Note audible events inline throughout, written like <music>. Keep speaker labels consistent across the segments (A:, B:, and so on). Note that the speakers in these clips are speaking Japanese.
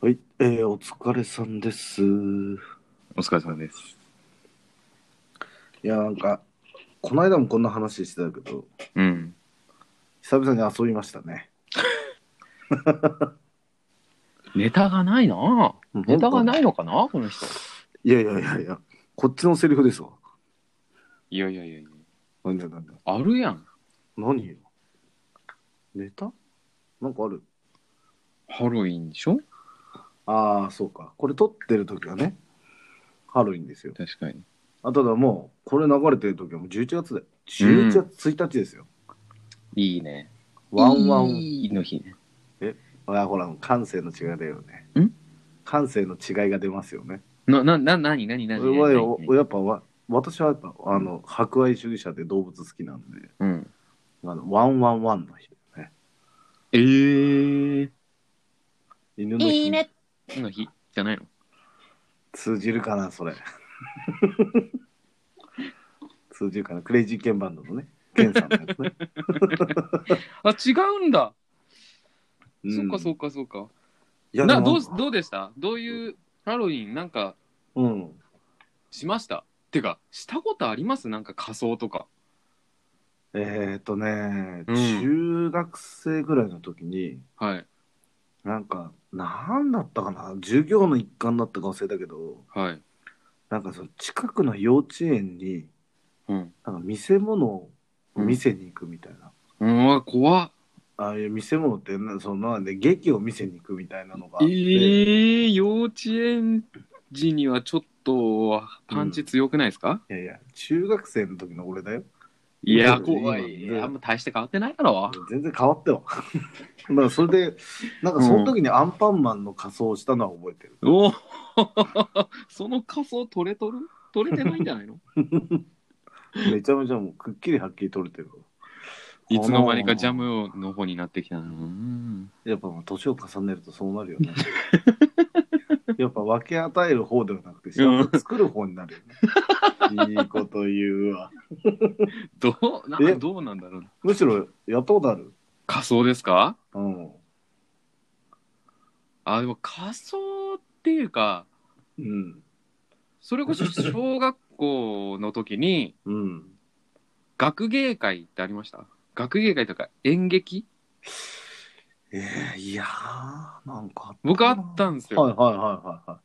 A: はい、えー、お疲れさんです。い
B: お疲れ様です。
A: や、なんか、この間もこんな話してたけど、
B: うん。
A: 久々に遊びましたね。
B: ネタがないな
A: うん
B: ネタが
A: 本
B: ないのかなこの人。
A: 当いやいやいやいや、こっちのセリフですわ。
B: いやいやいやいや。
A: なんだなんだ。
B: あるやん。
A: 何よ。ネタなんかある
B: ハロウィンでしょ
A: ああ、そうか。これ撮ってる時はね、ハロウィンですよ。
B: 確かに。
A: あ、ただもう、これ流れてる時はもう11月だよ。11月1日ですよ。
B: いいね。
A: ワンワン。
B: いいの日ね。
A: あ、ほら、感性の違いだよね。
B: ん
A: 感性の違いが出ますよね。
B: な、な、な、なになになに
A: 俺はよ
B: なに
A: やっぱわ私はやっぱあの博愛主義者で動物好きなんで
B: うん。
A: あのワンワンワンの日、ね、
B: えー。
A: 犬の日
B: の日じゃないの
A: 通じるかなそれ <laughs> 通じるかなクレイジーケンバンドのねケンさんのやつね、
B: <laughs> あ、違うんだ。
A: うん
B: そっかそっかそっか。
A: いや
B: な、
A: でも
B: どう、どうでしたどういうハロウィンなんか
A: うん
B: しましたてか、したことありますなんか仮装とか。
A: えーっとね、
B: うん
A: 中学生ぐらいの時に
B: はい。
A: なんかなんだったかな授業の一環だったか忘れたけど
B: はい。
A: なんかその近くの幼稚園に
B: うん。
A: なんか見せ物を見せに行くみたいな、
B: うん、うわ怖っ。
A: ああいう見せ物ってなそのなんで劇を見せに行くみたいなのがあ
B: え
A: って、
B: ー、幼稚園児にはちょっとパンチ強くないですか、
A: いやいや中学生の時の俺だようん
B: いや、
A: うん
B: 怖い。
A: い
B: い
A: や
B: や、もう大して変わってないだろ。
A: 全然変わっては <laughs> だからそれでなんかその時にアンパンマンの仮装をしたのは覚えてる、
B: おお <laughs> その仮装取れとる取れてないんじゃない <laughs> の
A: めちゃめちゃもうくっきりはっきり取れてる
B: いつの間にかジャムの方になってきたな。うん
A: やっぱもう年を重ねるとそうなるよねやっぱ分け与える方ではなくてちゃんと作る方になるよねいいこと言うわ
B: どうな
A: え
B: どうなんだろう
A: むしろやったことある
B: 仮装ですか
A: うん
B: あ、でも仮装っていうか、
A: うん
B: それこ <laughs> そ小学校の時に
A: うん
B: 学芸会ってありました学芸会とか演劇
A: えー、いやー、なんかあったな
B: 僕あったんですよ
A: はいはいはいはいは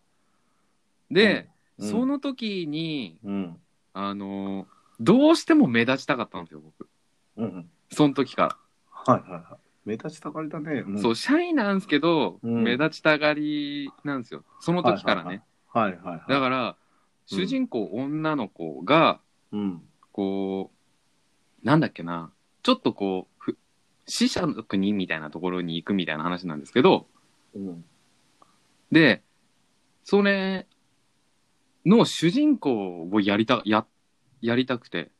B: で、
A: うん
B: その時に
A: い。うん。
B: あのーどうしても目立ちたかったんですよ僕
A: うん。
B: その時から、
A: はいはいはい。目立ちたがりだね。ん
B: そう。シャイなんですけど、
A: うん
B: 目立ちたがりなんですよその時からね、
A: はいはいはい。
B: だから、
A: うん
B: 主人公女の子が
A: うん。
B: こうなんだっけなちょっとこうふ死者の国みたいなところに行くみたいな話なんですけど
A: うん。
B: でそれの主人公をやりたややりたくて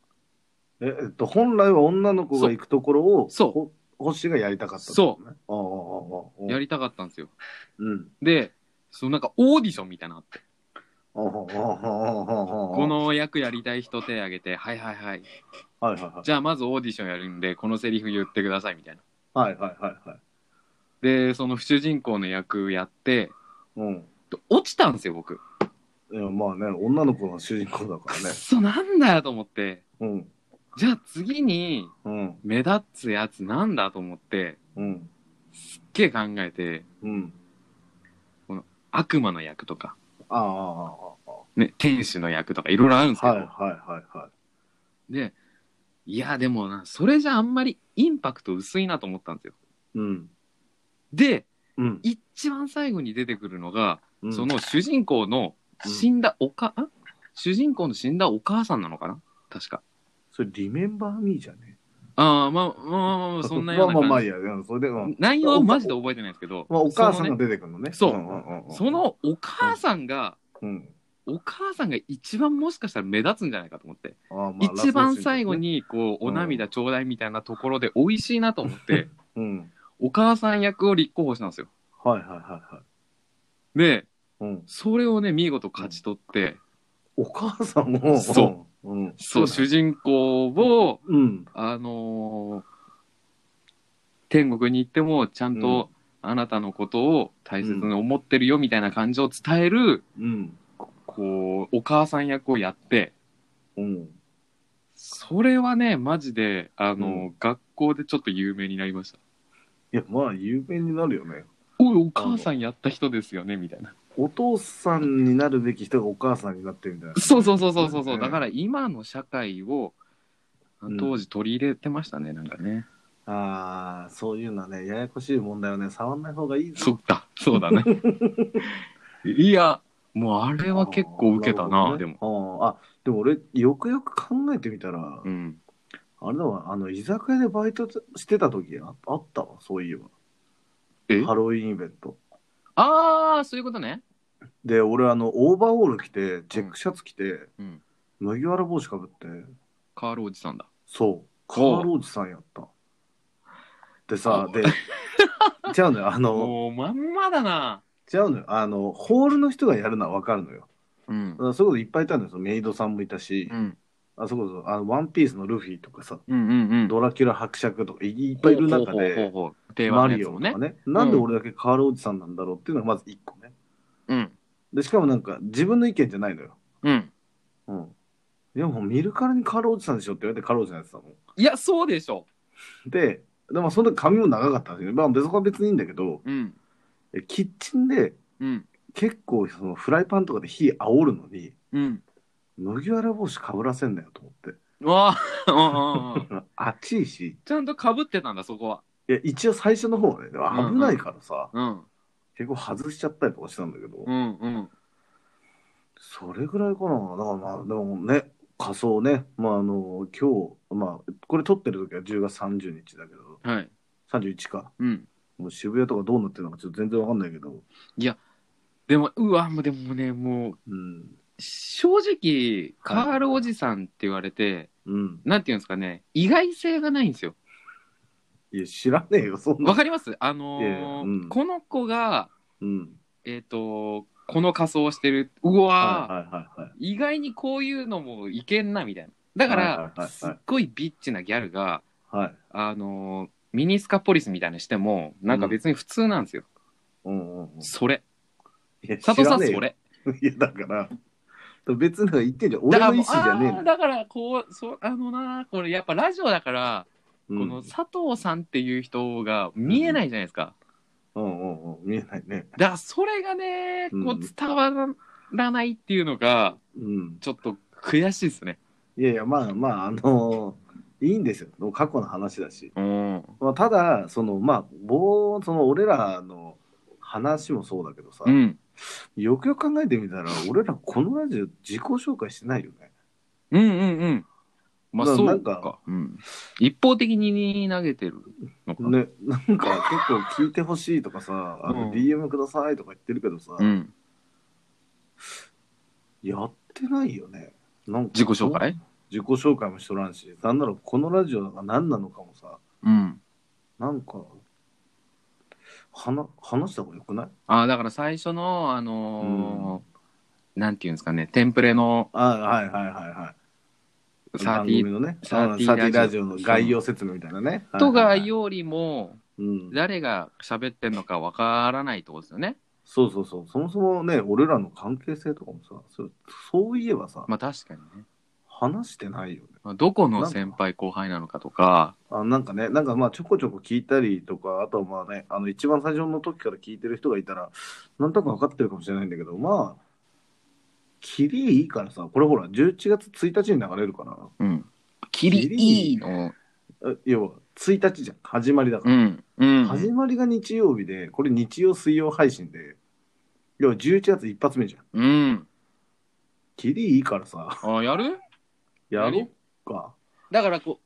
A: ええっと、本来は女の子が行くところを、
B: そう
A: ほ。星がやりたかった、。
B: そう
A: ああ、ああ、ああ。
B: やりたかったんですよ
A: うん。
B: で、そのなんかオーディションみたいなのあって、
A: ああ、ああ、ああ、ああ。
B: こ、の役やりたい人手挙げて、はいはいはい、
A: はいはいはい。
B: じゃあまずオーディションやるんで、このセリフ言ってくださいみたいな。
A: はいはいはいはい。
B: で、その主人公の役やって、
A: うん。
B: 落ちたんですよ、僕。
A: いや、まあね、女の子が主人公だか
B: くっ
A: らね。
B: そ、なんだよと思って、
A: うん。
B: じゃあ次に
A: うん。
B: 目立つやつなんだと思って、
A: うん。
B: すっげえ考えて、
A: うん。
B: 悪魔の役とか、
A: ああ、ああ、ああ。
B: ね、天使の役とかいろいろあるんですけど、
A: はいはいはいはい。
B: で、いや、でもな、それじゃあんまりインパクト薄いなと思ったんですよ。
A: うん。
B: で、
A: うん。
B: 一番最後に出てくるのが、
A: うん
B: その主人公の死んだおか、ん主人公の死んだお母さんなのかな確か。
A: それ、リメンバーミーじゃね
B: ああ、まあ、まあまあ
A: <laughs>
B: まあ、そんなような
A: まあまあまあ
B: 感
A: いい
B: じ。
A: や、うんそれで、うん
B: 内容はマジで覚えてないですけど、
A: まあ、お母さんが
B: そのね
A: 出てくるのね。
B: そうん
A: んうん
B: そ、のお母さんが、
A: うん
B: お母さんが一番もしかしたら目立つんじゃないかと思って、
A: あーまあ
B: 一番最後
A: ラ
B: にこう、
A: うん
B: お涙ちょうだいみたいなところで美味しいなと思って、
A: スボスね。
B: お母さん役を立候補したんですよ。
A: うん。はいはいはいはい。
B: で、
A: うん、
B: それをね、見事勝ち取って、
A: お母さんも、
B: そ
A: うん。うん、
B: そう、主人公を、
A: うん。
B: あのー天国に行ってもちゃんとあなたのことを大切に思ってるよみたいな感じを伝える、
A: うん。
B: こう、お母さん役をやって、
A: うん。
B: それはね、マジで、あの、
A: う
B: 学校でちょっと有名になりました。
A: いや、まあ、有名になるよね。
B: おい、お母さんやった人ですよね、みたいな。
A: お父さんになるべき人がお母さんになってるみたいな。
B: そうそうそうそうそう
A: う
B: そ
A: ん
B: う。だから今の社会を、
A: うん
B: 当時取り入れてましたね、なんかね。
A: ああ、そういうのはね、ややこしい問題をね、触んない方がいいぞ
B: そっか、そう <laughs> だね。いや、もうあれは結構受けた
A: るほ
B: な、
A: どね
B: でも。
A: あーあでも俺よくよく考えてみたら、
B: うん。
A: あれだわあの居酒屋でバイトしてた時ああったわそういえば
B: え
A: ハロウィーンイベント
B: ああ、そういうことね。
A: で俺あのオーバーオール着てチェックシャツ着て、
B: うん。
A: 麦わら帽子かぶって
B: カールおじさんだ。
A: そうカールおじさんやったでさ
B: お
A: で違うのよあの
B: もうまんまだな。
A: 違うのよあのホールの人がやるのは分かるのよ
B: うん
A: だか。らそういうこといっぱいいたんですよメイドさんもいたし、
B: うん。
A: あそこそあのワンピースのルフィとかさ
B: うんうんうん。
A: ドラキュラ伯爵とかいいっぱいいる中
B: ほう
A: で、
B: ほうほうほう。定
A: マ
B: 番の
A: リ
B: やつ
A: オ
B: も
A: とか
B: ね。
A: ね、なんで俺だけカールおじさんなんだろうっていうのがまず1個ね。
B: うん。
A: で、しかもなんか自分の意見じゃないのよ。
B: うん。
A: うん。でももう見るからにカールおじさんでしょって言われてカールおじさんやってたもん。
B: いや、そうでしょ。
A: で、でもその時髪も長かったんですよ。まあ別そこは別にいいんだけど、
B: うん。
A: えキッチンで
B: うん。
A: 結構そのフライパンとかで火煽るのに、
B: うん。
A: 麦わら帽子かぶらせんなよと思って。
B: わあ、うんうんうん。
A: 暑いし、
B: <laughs> ちゃんとかぶってたんだ、そこは。
A: いや一応最初の方はね、でも危ないからさ、
B: うん。
A: 結構外しちゃったりとかしてたんだけど、
B: うんうん。
A: それぐらいかな。だからまあ、でもね、仮装ね、まああの、今日、まあ、これ撮ってる時は10月30日だけど、
B: はい。
A: 31か。
B: うん。
A: もう渋谷とかどうなってるのかちょっと全然わかんないけど、
B: でも、うわ、もうでもね、もう、
A: うん。
B: 正直、カールおじさんって言われて、
A: うん。
B: なんていうんですかね、意外性がないんですよ。
A: いや、知らねえよ、そん
B: わ
A: な。
B: かりますあのー
A: いやいやうん
B: この子が、
A: うん。
B: えっ、と、この仮装をしてる、うわー、
A: はいはいはいはい。
B: 意外にこういうのもいけんな、みたいな。だか
A: はいはい
B: ら
A: はいは、い
B: すっごいビッチなギャルが、
A: はい。
B: あのーミニスカポリスみたいにしても、なんか別に普通なんですよ。
A: うんうんうん。
B: それ。
A: いや、
B: 佐藤さ
A: 知ら
B: ん、
A: ねえ
B: そ
A: よ。
B: れ。
A: <laughs> いや、だから、別のが言ってんじゃん。
B: だ
A: 俺
B: か
A: の意
B: らも
A: 思
B: う、
A: じゃねえ
B: あー
A: の。
B: だからこう、そう、あのなー、これやっぱラジオだから、
A: うん
B: この佐藤さんっていう人が見えないじゃないですか。
A: うんうんうん。見えないね。
B: だからそれがね、こ
A: う
B: うん伝わらないっていうのが、
A: うん。
B: ちょっと悔しいですね。
A: いやいや、まあまあ、あのいいんですよ。過去の話だし。
B: うん。
A: まあ、ただそのまあぼその俺らの話もそうだけどさ、
B: うん。
A: よくよく考えてみたら俺らこのラジオ自己紹介してないよね
B: うんうんうん。まあ
A: な
B: そ
A: な
B: うん
A: か
B: か。うん、一方的に投げてるのかな。
A: ねなんか結構聞いてほしいとかさ「あ
B: うん
A: の DM ください」とか言ってるけどさ、
B: うん。
A: やってないよねなんか
B: 自己紹介
A: 自己紹介もしとらんしなんならこのラジオが何なのかもさ
B: うん。
A: なんかはな話した方がよくない
B: ああ、だから最初の、あのーなんていうんですかね、テンプレの
A: あはいはいはいはい
B: サー
A: 番
B: ティ
A: 組のね
B: サーティ
A: あのサーティラジオの概要説明みたいなね
B: ーと
A: は
B: が
A: いはいはい
B: よりも、
A: うん、
B: 誰が喋ってんのかわからないってことですよね。
A: そうそうそうそもそもね俺らの関係性とかもさそそういえばさ、
B: まあ確かにね。
A: 話してないよね
B: まあ、どこの先輩後輩なのかとか、
A: あなんかねなんかまあちょこちょこ聞いたりとかあとはまあねあの一番最初の時から聞いてる人がいたらなんとなく分かってるかもしれないんだけどまあキリいいからさこれほら11月1日に流れるから
B: うん。キリいいの。
A: え要は1日じゃん始まりだか
B: う
A: ら、
B: ん。うん。
A: 始まりが日曜日でこれ日曜水曜配信で要は11月一発目じゃん
B: うん。
A: キリいいからさ
B: ああ、やる
A: やろっか
B: だからこ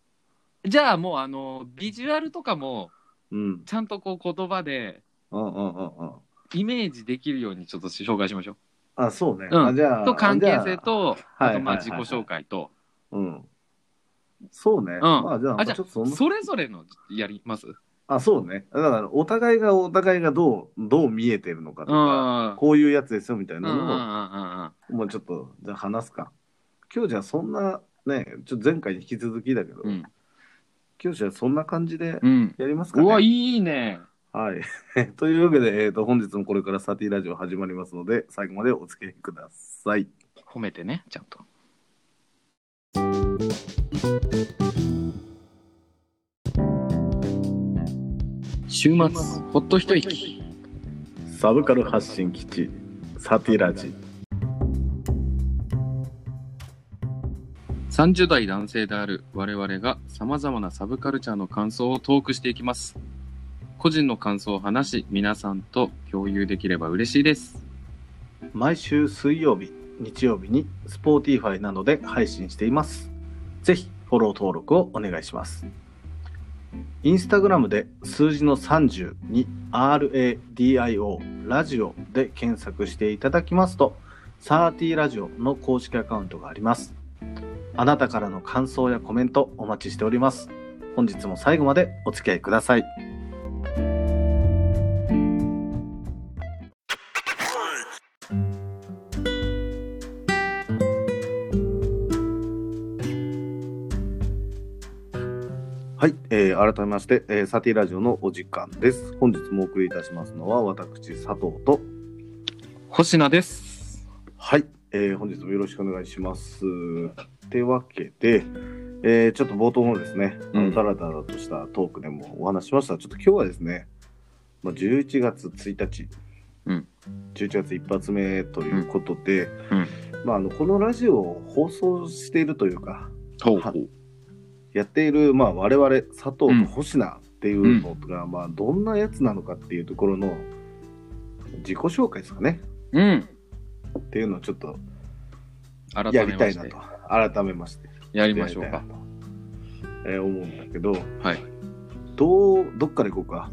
B: う、じゃあもうあの、ビジュアルとかも、
A: うん
B: ちゃんとこう言葉で
A: うんうんうんうん。
B: イメージできるようにちょっと紹介しましょ
A: あ、そうね。
B: うん
A: あじゃあ、
B: う。と関係
A: じゃ
B: 性
A: あ。
B: と、
A: はい
B: あとまあ
A: はい
B: 自己
A: はいはい
B: 紹介と、
A: うん。そうね。まあじゃあ、ま
B: あ
A: あ
B: じゃあ
A: ちょっとその、
B: それぞれのやります
A: あ、そうね。だから、お互いがお互いがどう、どう見えてるのかと
B: うん。
A: か、
B: うん
A: こういうやつですよみたい
B: うんう
A: なんの
B: うん
A: を、もうちょっと、じゃあ話すか。今日じゃあそんな、ね、ちょっと前回に引き続きだけど、
B: うん。
A: 今日じゃあそんな感じで
B: うん。
A: やりますか
B: う
A: ね。
B: わ、いいね。
A: はい。 <laughs> というわけで、えっ、と、本日もこれからサティラジオ始まりますので、最後までお付き合いください。
B: 褒めてね、ちゃんと。週末、ほっと一息。
A: サブカル発信基地、サティラジ。
B: 30代男性である我々が様々なサブカルチャーの感想をトークしていきます。個人の感想を話し、皆さんと共有できれば嬉しいです。
A: 毎週水曜日、日曜日に Spotify などで配信しています。ぜひフォロー登録をお願いします。インスタグラムで数字の30に RADIO ラジオで検索していただきますと、サーティーラジオの公式アカウントがあります。あなたからの感想やコメントお待ちしております。本日も最後までお付き合いください。はい、えー改めまして、えーサティラジオのお時間です。本日もお送りいたしますのは私佐藤と
B: 星名です。
A: はい、えー本日もよろしくお願いします。ってわけで、えーちょっと冒頭のですね、あの
B: うん
A: だらだらとしたトークでもお話ししました。ちょっと今日はですね、まあ、11月1日、
B: うん
A: 11月一発目ということで、
B: うん
A: まあ、あのこのラジオを放送しているというか、
B: ほ
A: うほやっている、まあ、我々佐藤と星名っていうのが、まあ、どんなやつなのかっていうところの自己紹介ですかね
B: う。うん。
A: っていうのをちょっと
B: 改
A: やり
B: めま
A: た
B: し
A: い
B: て
A: なと改めまして
B: や
A: や
B: りましょうか
A: り。たいなと、えー思うんだけど、
B: はい
A: どうどっから行こうか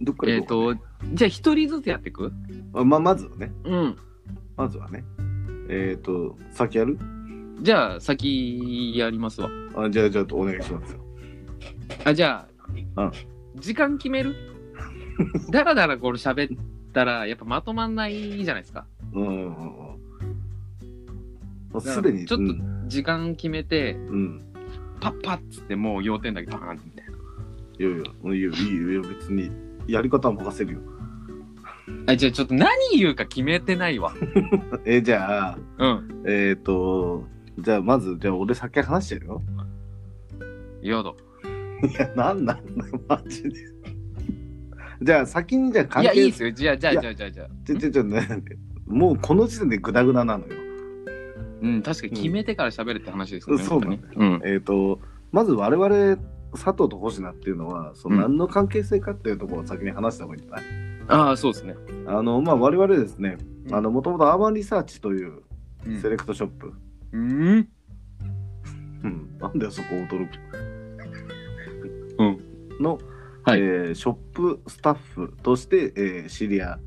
A: どっから
B: えっ、
A: 行こう
B: と、じゃあ一人ずつやっていく
A: か、まあまずはね
B: うん。
A: まずはねえっ、と先やる
B: じゃあ先やりますわ。
A: あじゃあじゃあお願いしますよ
B: あ、じゃあ、
A: うん
B: 時間決めるだらだらこれ喋ったら、やっぱまとまんないじゃないですか。
A: うんうんうんうんもう <laughs> すでに
B: ちょっと
A: うん
B: 時間決めて、
A: うん
B: パッパッつってもう要点だけバーンみたい
A: いやいやもういいよいいよいいよ別にやり方は任せるよ
B: な。あ、じゃあちょっと何言うか決めてない <laughs> わ。
A: えーじゃあ
B: うん。
A: えっ、とじゃあまずじゃあ俺先話してるよ
B: やだ。
A: いやなんなんだよマジでじゃあ先にじゃあ関
B: いや、
A: 係
B: いいっすよ。じゃあ、じゃあ、
A: いや
B: じゃあ、じゃあ、じゃあ。
A: ちょちょちょねもうこの時点でグダグダなのよ
B: うん、確かに決めてから喋るって話ですよね。
A: うんそうだね
B: 本当に。うん。
A: えっ、とまず我々佐藤と星名っていうのはその
B: うん
A: 何の関係性かっていうところを先に話した方がいいんじゃない、
B: ああ、そうですね。
A: あのまあ我々ですね
B: うん
A: あのもともとアーバンリサーチという
B: う
A: セ
B: ん
A: レクトショップ、
B: うん。
A: うん、なんだよそこ驚く。
B: うん。
A: の、
B: はい
A: えーショップスタッフとして、えー知り合っ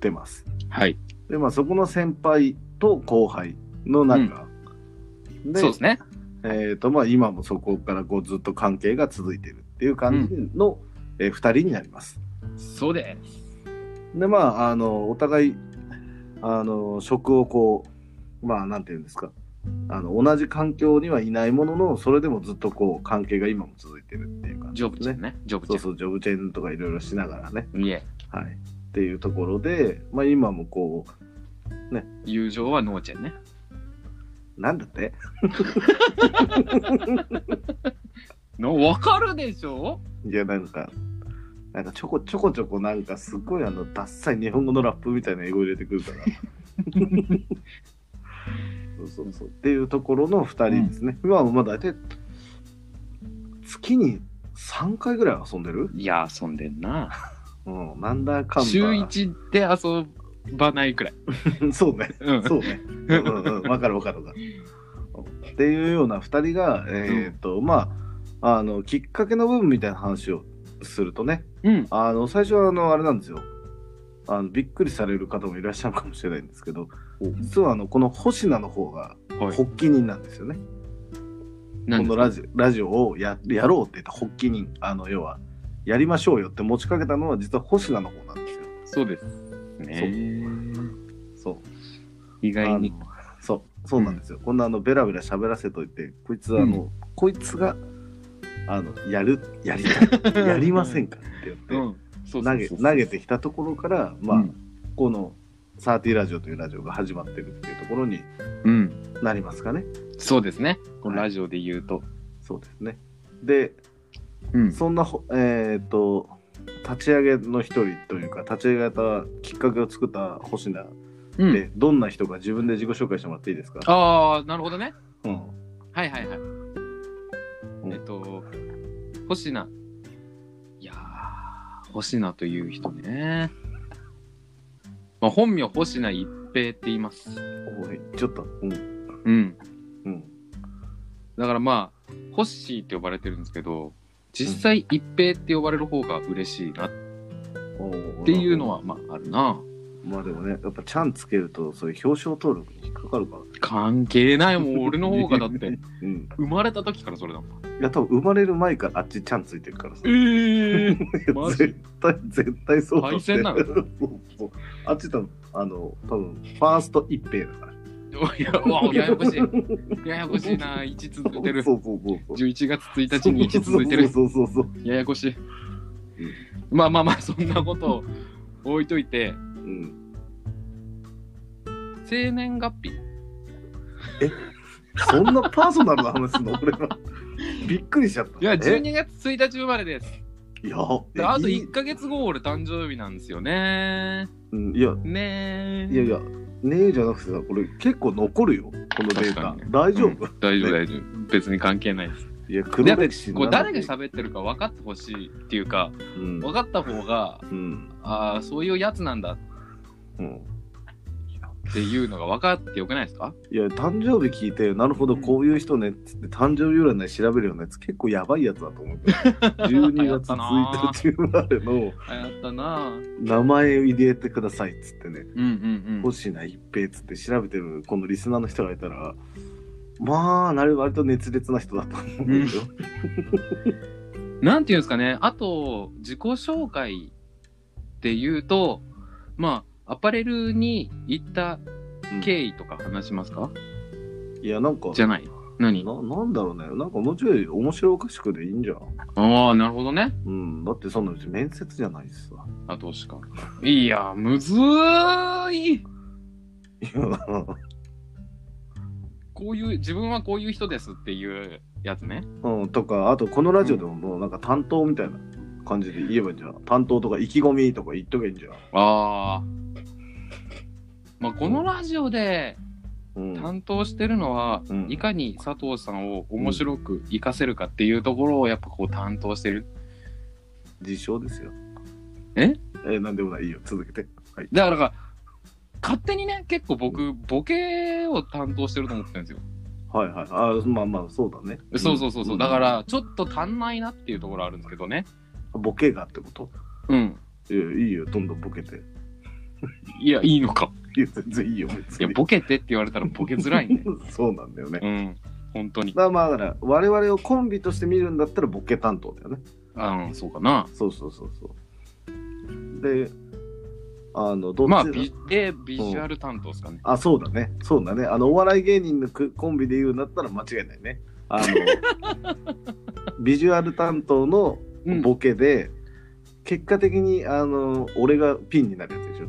A: てます。
B: はい。
A: でまあそこの先輩と後輩の中、で
B: そうですね。
A: えーとまあ、今もそこからこうずっと関係が続いてるっていう感じの、えー、2人になります。
B: そうです。
A: でまああのお互いあの職をこうまあなんて言うんですかあの同じ環境にはいないもののそれでもずっとこう関係が今も続いてるっていう感じ
B: ジョブ
A: で
B: ち
A: す
B: ゃん
A: ね。
B: ね。ジョブ
A: そう
B: ちゃ
A: そうジョブチェーンとかいろいろしながらね、
B: ん。いえ。
A: はい、っていうところで、まあ、今もこ
B: 友情はノーちゃん
A: う
B: ね。
A: なんだって
B: の、わかるでしょ
A: いやなんかなんかちょこちょこちょこなんかすごいあのダッサい日本語のラップみたいな英語入れてくるからそうそうそうっていうところの2人ですね、今はまあ大体月に3回ぐらい遊んでる、
B: いや、遊んでんな。
A: うん、なんだかんだ
B: 週一で遊ばないくらい。
A: そうね
B: うん。
A: そうねうんうんうんわかるわかるわかるっていうような2人がえっ、と、まああのきっかけの部分みたいな話をするとね、
B: うん。
A: あの最初はあのあれなんですよあのびっくりされる方もいらっしゃるかもしれないんですけど実はあのこの星名の方が
B: はい。
A: 発起人なんですよね、
B: 何
A: こ
B: です
A: のラジ
B: か
A: ラジオをややろうって言った発起人あの要はやりましょうよって持ちかけたのは実は星名の方なんですよ
B: そうです。ね。
A: そう
B: 意
A: あ
B: 外
A: の
B: に。
A: そうそうなんですよ、こんなあのベラベラ喋らせといてこいつはあの、
B: う <laughs>
A: こいつがあのやるやりたいやりませんかって言って、
B: うん。そうそ
A: 投
B: う
A: げ
B: そう
A: 投げてきたところから、まあ
B: うん
A: この「サーティラジオ」というラジオが始まってるっていうところに
B: うん、
A: なりますかね。
B: そうですねこの
A: はい
B: ラジオで言うと、
A: そうですねで
B: うん
A: そんなほ、えー、と立ち上げの一人というか立ち上げたきっかけを作った星名
B: う
A: で、
B: ん、
A: どんな人か自分で自己紹介してもらっていいですか
B: ああなるほどね
A: うん、
B: はいはいはい。
A: ん
B: えっと、星名。いやー、星名という人ね。まあ、本名、星名一平って言います。
A: おいちょっとうん
B: うん。
A: うん
B: だからまあ、ホッシーって呼ばれてるんですけど、実際一平って呼ばれる方が嬉しいなっ
A: おー
B: ていうのは、まあ、あるな。
A: まあでもねやっぱちゃんつけるとそういう表彰登録に引っかかるから
B: 関係ないもん、俺の方がだって、
A: <laughs> うん
B: 生まれた時からそれだもん。
A: いや多分生まれる前からあっちちゃんついてるからさ
B: えー、マジ
A: 絶対絶対そうだって
B: 敗戦なの
A: そうそうあっち多分あの多分ファースト一平だから
B: いや、うわ <laughs> ややこしい。ややこしいな、位置続けてる。
A: そうそうそうそう
B: 11月1日に位置続いてる。
A: そうそうそうそう
B: ややこしい。まあまあまあ、そんなことを置いといて、
A: うん
B: 生年月日。
A: そんなパーソナルな話すんの俺はびっくりしちゃった
B: いや、
A: え
B: 12月1日生まれです。
A: いや
B: であと
A: いい
B: 1ヶ月後、俺誕生日なんですよね。
A: うんいや
B: ねえ。
A: いやいやねえじゃなくてさこれ結構残るよこのデー
B: 確
A: タ、
B: かにね
A: 大丈夫、
B: うん大丈夫、大丈夫。別に関係ないです。
A: いや黒歴史に
B: こう
A: なら
B: 誰
A: な
B: が
A: い
B: 喋ってるか分かってほしいっていうか、
A: うん
B: 分かった方が、
A: うん
B: ああ、そういうやつなんだっ
A: うん
B: ていうのが分かってよくないで
A: <laughs>
B: すか
A: いや誕生日聞いてなるほどこういう人ねっつって誕生日占い調べるようなやつ結構やばいやつだと思う
B: <laughs>
A: 12月1日生まれの
B: あやったなぁ。
A: 名前を入れてくださいっつってね
B: うんうんうん。
A: 星名一平っつって調べてるこのリスナーの人がいたらまあなる割と熱烈な人だと思うんですよ、
B: なんていうんですかね、あと、自己紹介っていうと、まあ、アパレルに行っ
A: う
B: た
A: ん
B: 経緯とか話しますか、
A: いやなんか
B: じゃない。何
A: ななんだろうねなんかもうちょい面白おかしくでいいんじゃん、
B: ああ、なるほどね。
A: うん、だってそんな別に面接じゃないしさ <laughs>
B: あ、どうしか。いや、むずーい。
A: いや
B: こういう、自分はこういう人ですっていうやつね。
A: うん、とかあとこのラジオでももうなんか担当みたいな感じで言えばいいんじゃん担当とか意気込みとか言っとけばいいんじゃん、
B: ああ。まあ、このラジオで
A: うん、
B: 担当してるのは、
A: うん
B: いかに佐藤さんを面白く活かせるかっていうところをやっぱこう担当してる
A: 自称ですよ
B: え
A: えなんでもないいいよ続けてはい
B: だから、勝手にね、結構僕、ボケを担当してると思ってるんですよ。
A: はいはいあまあまあそうだね
B: そうそうそうそう。
A: ん
B: だから、ちょっと足んないなっていうところあるんですけどね。
A: ボケがってこと
B: うん。
A: いやいいよどんどんボケて
B: いや、いいのか。
A: いや全然いいよ別
B: いや、
A: に
B: ボケてって言われたらボケづらいんで。
A: <laughs> そうなんだよね、
B: <laughs> うん。本当に。
A: まあまあだから我々をコンビとして見るんだったらボケ担当だよね
B: あの、そうかな。
A: そうそうそうそうであのどっち
B: まあ、
A: だ
B: ビで、ビジュアル担当ですかね。
A: あ、そうだね。そうだね。あの、お笑い芸人のくコンビで言うんだったら間違いないね。あ
B: <laughs>
A: の、ビジュアル担当の
B: うん
A: ボケで、結果的に、あの、俺がピンになるやつでしょ。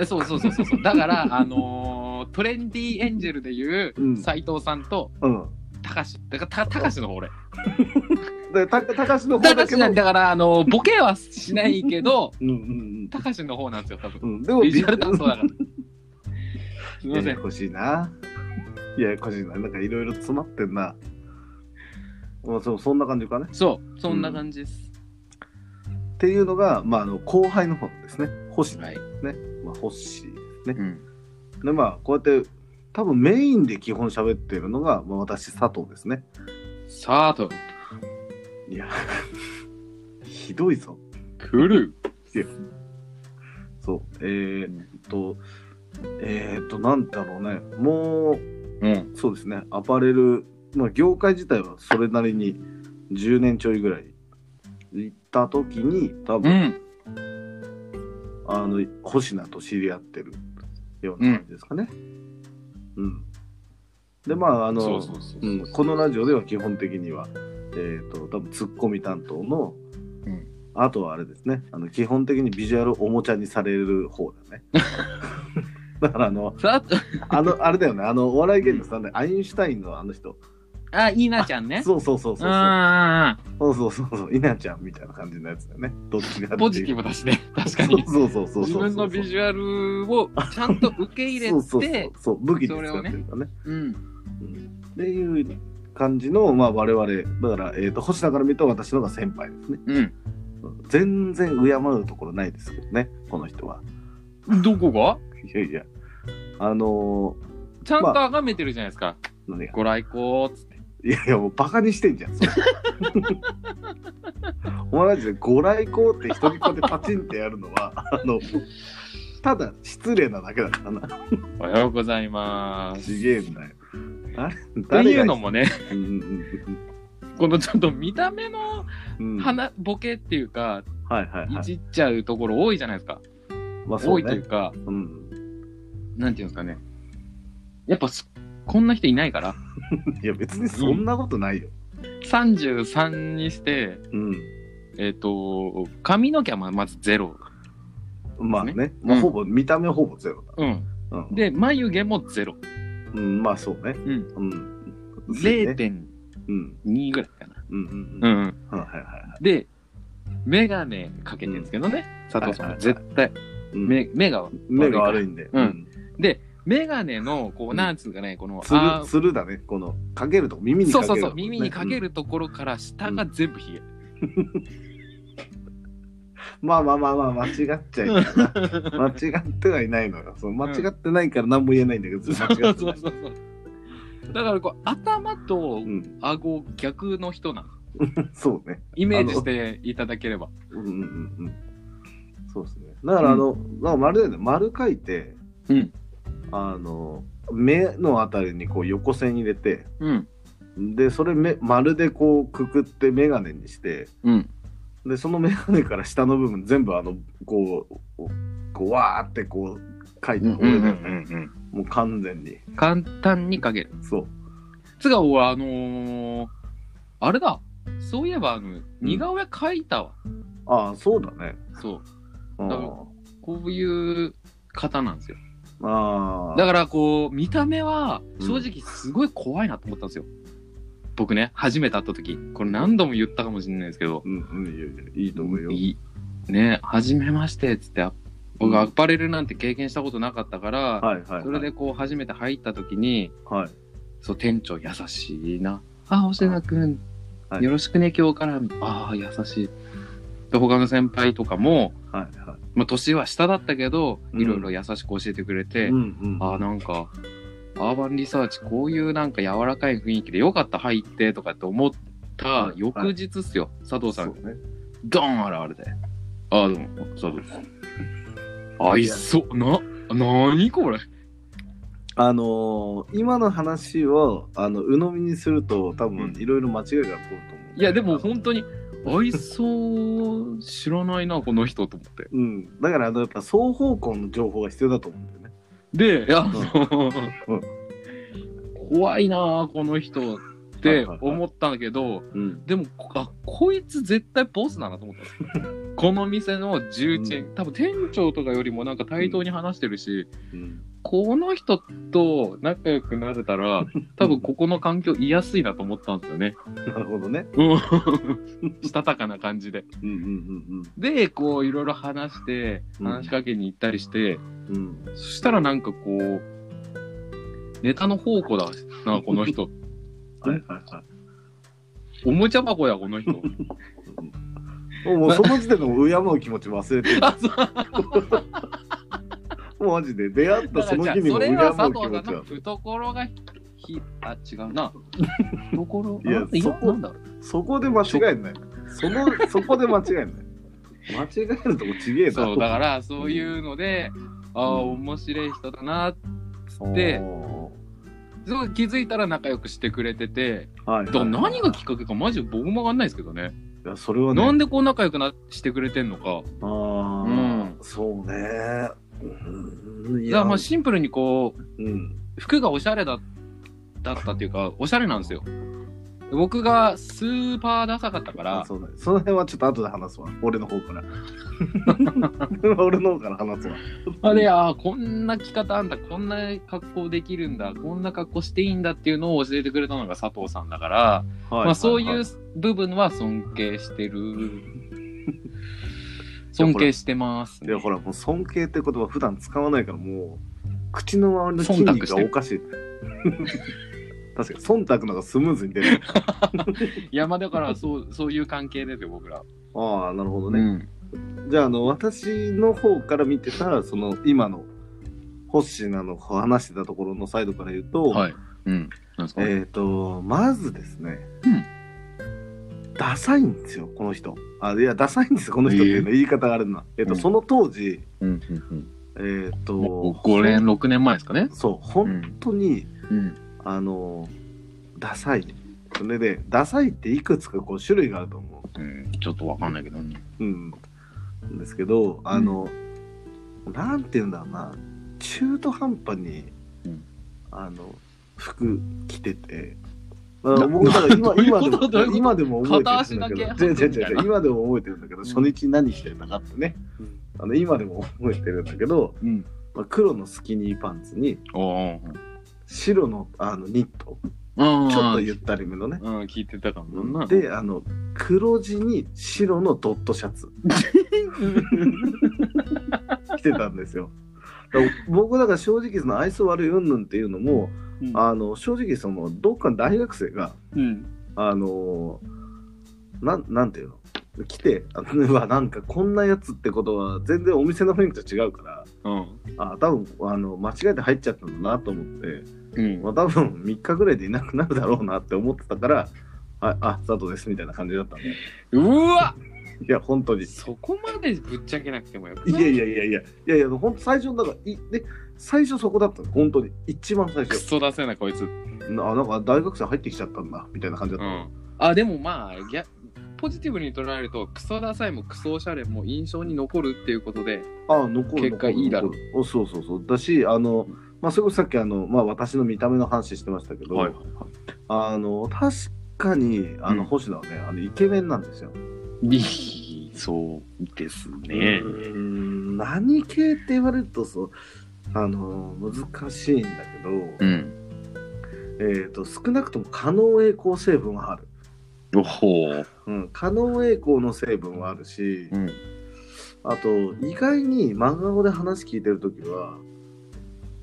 B: えそうそうそうそうそう。だから、あのートレンディエンジェルでいう
A: う、ん
B: 斎藤さんと、
A: うん。
B: たかし、だから、たたかしの方俺。
A: で、たたかしの方
B: た
A: だ
B: か
A: け
B: し
A: の
B: なんだから、あのーボケはしないけど、
A: うんうん
B: たかしの方なんですよ、多分
A: う。ん。うん、でも
B: ビジュアル担当だから。 <laughs> すみま
A: や
B: せ
A: や
B: ん。
A: こしいな。ややこしいな。なんかいろいろ詰まってんな。まあ、そうそんな感じかね。
B: そう、そんな感じです。
A: っていうのが、まあ、あの後輩の方ですね。星野
B: はい。
A: ね。まあ、星ですね。
B: うん。
A: でまあこうやって多分メインで基本喋ってるのが、まあ、私佐藤ですね
B: さあと、
A: いや <laughs> ひどいぞ
B: 来る。
A: そうえー、っとえー、っとなんだろうねも
B: うん。
A: うそうですねアパレル、まあ、業界自体はそれなりに10年ちょいぐらい行った時に多
B: う
A: 分、
B: ん。
A: あの星名と知り合ってるような感じですかねうん、でまああの
B: そうそうそう。
A: うん、このラジオでは基本的には、えー、と多分ツッコミ担当の,、
B: うん
A: あとはあれですね、あの基本的にビジュアルおもちゃにされる方だね。 <laughs> だからあの、
C: さあ
A: あの、あれだよね、あの、お笑い芸人さんで、アインシュタインのあの人。
C: あ、いいなちゃんね。
A: そうそうそうそう
C: う
A: そう。
C: ん
A: そうそうそうそう、稲ちゃんみたいな感じのやつだよね。どっちが
B: ポジティ
A: ブ
B: ブだしね。確かに。
A: そうそうそうそうそう。
B: 自分のビジュアルをちゃんと受け入れ
A: そうそうそう
C: て、
A: そう武器に使ってるからね。
C: うん。
A: うんっていう感じの、まあ、我々、だから、えっ、と、星田から見ると私の方が先輩ですね。
C: うん。
A: 全然敬うところないですけどね、この人は。
C: どこが
A: いやいや、あの
B: ちゃんと崇めてるじゃないですか。
A: ー何が
B: ご来光っつって。
A: いやいや、もうバカにしてんじゃん、 <laughs> それお前マジで、ご来光って一人っ子でパチンってやるのは、あの、ただ失礼なだけだからな。
B: おはようございます。
A: ちげえんだよ。あれ
B: っていうの
A: も、
B: もね、
A: うんうん
B: このちょっと見た目の
A: うんうん、はい
B: 花、ボケっていうか、
A: はいはいい。
B: じっちゃうところ多いじゃないですか。
A: まあそ
B: 多
A: う
B: いという
A: ね。
B: か、
A: うん、
B: なんていうんですかね。やっぱす、こんな人いないから。
A: いや、別にそんなことないよ。
B: 33にして、
A: うん。
B: えっ、と、髪の毛はまずゼロ。
A: まあね、
B: ね
A: ま
B: う
A: あ、
B: ん
A: ほぼ、見た目ほぼゼロだ。
B: うん。
A: うん、、
B: で、眉毛もゼロ。
A: うん、まあそうね。
B: うん。
A: うん。ね。
B: 0.2
A: うん。
B: ぐらいかな。
A: うんうん
B: う
A: うん。
B: ん、うん。
A: はいはいは
B: で、メガネかけてるんですけどね。佐藤さんは絶対、
A: い。うん
B: 目、目が悪いから
A: 目が悪いんで。
B: うん。メガネの、こ
A: う
B: う、
A: ん
B: なんつうかね、この、
A: つる
B: あー
A: つるだね。この、かけるとこ、耳にか
B: そ
A: け
B: う
A: る、
B: そうそう、耳にかけ。るところから下が全部ヒゲ。
A: うんまあまあまあまあ、間違っちゃいない
B: <laughs>
A: な。間違ってはいないのよ。そう間違ってないから何も言えないんだけど、
B: そ
A: 間
B: うそ
A: 違
B: う
A: って
B: そ
A: な
B: う
A: い。
B: そう。だからこう頭と
A: うん、
B: 顎逆の人なの
A: そうね。
B: イメージしていただければ
A: うんうんうんうん。そうですね。だから、あの、まあ、丸だよね。丸書いて、
B: うん
A: あの、目のあたりにこう横線入れて、
B: うん
A: で、それ目、丸でこうくくってメガネにして、
B: うん
A: でその眼鏡から下の部分全部あのこうこうこうわーってこう書いて、俺だよねもう完全に
B: 簡単にかける
A: そう
B: つが俺あのー、あれだそういえばあの似顔絵描いたわ、
A: ああそうだね
B: そう
A: うん
B: だかこういう方なんですよ
A: ああ
B: だからこう見た目は正直すごい怖いなと思ったんですよ、僕ね初めて会った時これ何度も言ったかもしれないですけど、
A: うんうんいやいやいいと思うよ
B: いね初めましてっつってあ僕アパレルなんて経験したことなかったから、
A: はいはいはい
B: それでこう初めて入った時に
A: はい
B: そう店長優しいな「あ星野くん、
A: はい
B: よろしくね今日から」ああ優しい」で他の先輩とかも、
A: はいは
B: まあ、年は下だったけど
A: うん
B: いろいろ優しく教えてくれて、
A: いうんうん
B: ああなんかアーバンリサーチこういうなんか柔らかい雰囲気でよかった入ってとかって思った翌日っすよ、佐藤さん
A: そうね
B: ドーン現れて。ああ、どうも、佐藤です。あ、いっそ、な、なにこれ。
A: あのー今の話をあの鵜呑みにすると多分いろいろ間違いが起こると思う
B: いや、
A: <laughs>
B: でも本当に、あいそう、知らないな、この人と思って。
A: うんだからあのやっぱ双方向の情報が必要だと思うんだよね
B: で、いや、あの
A: うん
B: <laughs> 怖いな、この人って思ったんだけど、
A: うん
B: でも、こあ、こいつ絶対ボスだなと思ったんですよ。この店の重鎮、多分店長とかよりもなんか対等に話してるし、
A: うん <laughs>
B: この人と仲良くなれた <laughs> ら、多分ここの環境居やすいなと思ったんですよね。
A: なるほどね
B: うん。したたかな感じで。
A: うんうん
B: で、こう、いろいろ話して、
A: うん
B: 話しかけに行ったりして、
A: うんうんうん
B: そしたらなんかこう、ネタの宝庫だな、この <laughs> 人。
A: はいはいはい
B: おもちゃ箱や、この人。
A: もうその時点でもう敬う気持ち忘れ
B: <laughs>
A: てる。
B: <laughs> あ、そう。
A: もうマジで出会ったその日にも
B: そ
A: 敬
B: れ
A: う
B: は佐
A: 気持
B: 藤
A: ち
B: さんの
A: は。
B: 懐がひ、あ、違う <laughs> な。懐、
A: いや
B: あ
A: そこ
B: なんだろう。
A: そこで間違えんない。そ
B: <laughs>
A: の、そこで間違えんない。間違えるとこちげえな。
B: そう、だから、そういうので、ああ、
A: うん
B: 面白い人だな、つって、
A: お
B: すごい気づいたら仲良くしてくれてて、
A: ーはいはい。
B: だから何がきっかけかマジで僕もわかんないですけどね。
A: いや、それはね。
B: なんでこう仲良くなしてくれてんのか。
A: ああ、
B: うん
A: そうね。うんい
B: だからまあシンプルにこう、
A: うん。
B: 服がおしゃれだだったっていうか、おしゃれなんですよ。
C: 僕がスーパーダサかったから、
A: そうだねその辺はちょっと後で話すわ。俺の方
C: <laughs>
A: から。俺の方から話すわ。
C: あれあーこんな着方あんだこんな格好できるんだこんな格好していいんだっていうのを教えてくれたのが佐藤さんだから、まあ、そういう部分は尊敬してる尊敬してます
A: で
C: ね
A: ほらもう尊敬って言葉普段使わないからもう口の周りの筋肉がおかしい確かに忖度のがスムーズに出る
C: いやまあだからそうそういう関係ですよ僕ら、
A: ああなるほど
C: う
A: ね、
C: ん、
A: じゃああの私の方から見てたその今のホッシーナの話してたところのサイドから言うと、
B: はい。うん。なんです
A: え
B: か、
A: っ、とまずですね、ダサいんですよこの人あいやダサいんですよこの人っていうの言い方があるな、えっと
B: うん
A: その当時
B: うんうんうん。
A: えっ、と
B: もう5年、6年前ですかね。
A: そう
B: う
A: 本
B: ん。
A: 当に、
B: うん。
A: あのダサいそれでダサいっていくつかこう種類があると思
B: うん、ちょっとわかんないけど。
A: う、うん、なんですけどあの、なんて言うんだろうな中途半端に、
B: うん
A: あの服着てて。
B: な
A: 僕だから
C: ど
A: 今
C: ういう
A: 今
C: こ
A: で
C: と
A: も
C: どういうこと
A: 今でも覚えてるんだ
C: 片
A: け
C: 足だ
A: ど
C: け
A: 違う違う違う今でも覚えてるんだけど、
C: ん
A: 初日何してたかってねあの今でも覚えてるんだけど、
B: うん。
A: まあ、黒のスキニーパンツに
B: お
A: 白のあのニット
B: お。
A: ちょっと
B: 言
A: ゆったりめのね
C: うん、聞いてたかもな
A: であの黒地に白のドットシャ
C: <laughs>
A: ツ着てたんですよだから僕だから正直その愛想悪い云々っていうのも、
C: うん
A: あの正直そのどっかの大学生が
C: うん
A: あのなんなんていうの来てあうわなんかこんなやつってことは全然お店の雰囲気と違うから
C: うん
A: あ多分あの間違えて入っちゃったんだなと思って
C: うん
A: まあ、多分3日ぐらいでいなくなるだろうなって思ってたから、あ、あ、佐藤ですみたいな感じだったんで。
C: うわ
A: いや、本当に。い
C: そこまでぶっちゃけなくてもよく
A: や
C: ない
A: いやいやいや、いやいや、本当最初、だから、いで、最初そこだったの、本当に。一番最
C: ク
A: 初。
C: ソ出せなこいつう
A: あ、なんか大学生入ってきちゃったんだ、みたいな感じだった。
C: んあでもまあギャポジティブに捉えるとクソダサいもクソおしゃれも印象に残るっていうことで
A: ああ、残る。
C: 結果いいだろう
A: 残るおそうそうそう。だし、あの、まあ、それこそさっき、あの、まあ、私の見た目の話してましたけど、
B: はいは
A: あの、確かに、あの、
B: うん
A: 星野はね、あの、イケメンなんですよ。
B: い。そうですね。
A: うーん何系って言われるとそうあの難しいんだけど、
B: うん。
A: えー、と少なくとも可能栄光成分はある、
B: おほう。
A: うん、可能栄光の成分はあるし、
B: うん。
A: あと意外に真顔で話聞いてる時は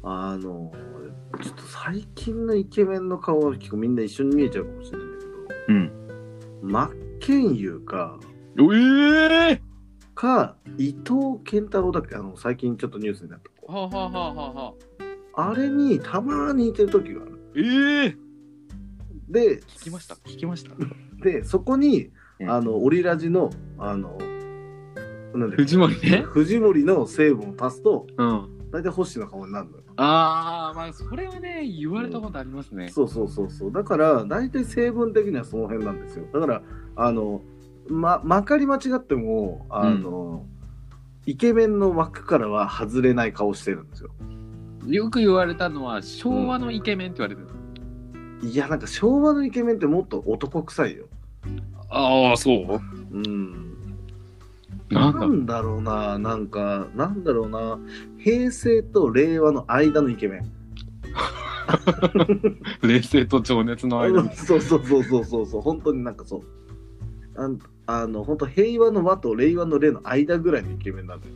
A: あのちょっと最近のイケメンの顔は結構みんな一緒に見えちゃうかもしれないんだけ
B: うん。
A: ど真剣佑か
B: ええ
A: か伊藤健太郎だっけあの最近ちょっとニュースになった子
C: はあ、はあはあはあはあ、
A: あれにたまに似てる時がある。
B: ええ
A: で、
C: 聞きました聞きました
A: で、そこに、
B: うん
A: あの、オリラジの、あの、なんだっけ
C: 藤森ね
A: 藤森の成分を足すと、
C: うん
A: 大体星の顔になるのよ。
C: ああまあそれはね言われたことありますね、
A: そうそうそうそう。だから、大体成分的にはその辺なんですよ。だから、あの、ま、まかり間違っても、あの、イケメンの枠からは外れない顔してるんですよ。
C: よく言われたのは昭和のイケメンって言われてる、
A: いや、なんか昭和のイケメンってもっと男臭いよ。
B: ああ、そう
A: うん。
C: な
A: なん
C: だ
A: んだろうな、なんか、なんだろうな、平成と令和の間のイケメン。
B: 冷静と情熱の間
A: そうそうそうそうそうそう、本当になんかそう。あんあの、本当平和の和と令和の令の間ぐらいのイケメンなんだよ。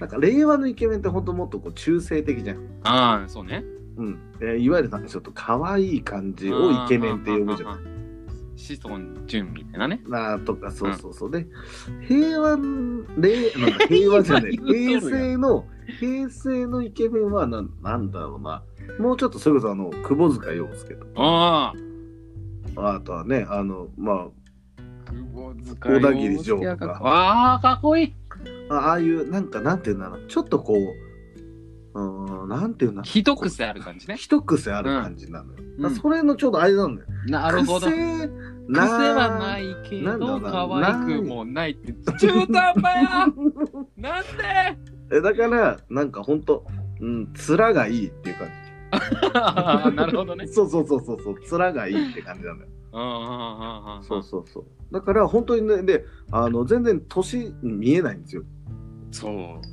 A: なんか令和のイケメンって本当もっとこう中性的じゃん。
C: ああそうね
A: うん。えーいわゆるなんかちょっと可愛い感じをイケメンって呼ぶじゃん。
C: ん子孫淳みたいなね
A: なあとかそうそうそう、で平和の令なんだ <laughs> 平和じゃねえ
C: 今言
A: 平
C: うとるやん
A: 成の平成のイケメンはなんなんだろうなもうちょっとそれこそあの窪塚洋介と
C: ああ
A: かあとはねあのま
C: 小
A: 小田切丈とか
C: ああかっこいい
A: ああああいうなんかなんていうんだろうちょっとこううーんなんていうんだろ
C: 一癖ある感じ
A: う
C: ね
A: 一癖ある感じなのよ、
C: うん
A: だからそれのちょうど間なんだよ
C: なるほど癖
A: 癖
C: はないいけ
A: なんだろ
C: ど
A: うな
C: 可愛くもないって中途半端やなんで
A: えだからなんかほんとうん面がいいっていう感
C: <laughs>
A: じ
C: あーなるほどね。
A: そうそうそうそうそう、面がいいって感じなんだよ。
C: うんうんうんうん。
A: そうそうそう。だから本当にね、で、あの、全然年に見えないんですよ。
B: そ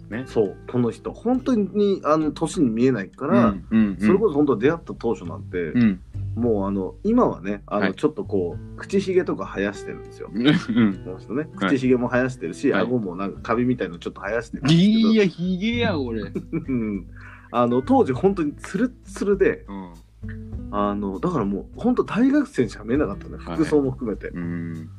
B: うね。
A: そう、この人。本当に、あの、年に見えないから、
B: うんうん
A: それこそ本当出会った当初なんて、
B: うん。
A: もうあの、今はね、あ
B: は
A: の、
B: い
A: ちょっとこう、口ひげとか生やしてるんですよ。
B: うんうん。
A: この人ね、
B: はい
A: 口ひげも生やしてるし、
B: はい
A: 顎もなんかカビみたいのちょっと生やしてるんですけど、
C: いや、ひげや、俺。うん。
A: うんあの当時本当にツルッツルであのだからもう本当大学生にしか見えなかったね
B: はい
A: 服装も含めて、
B: うん。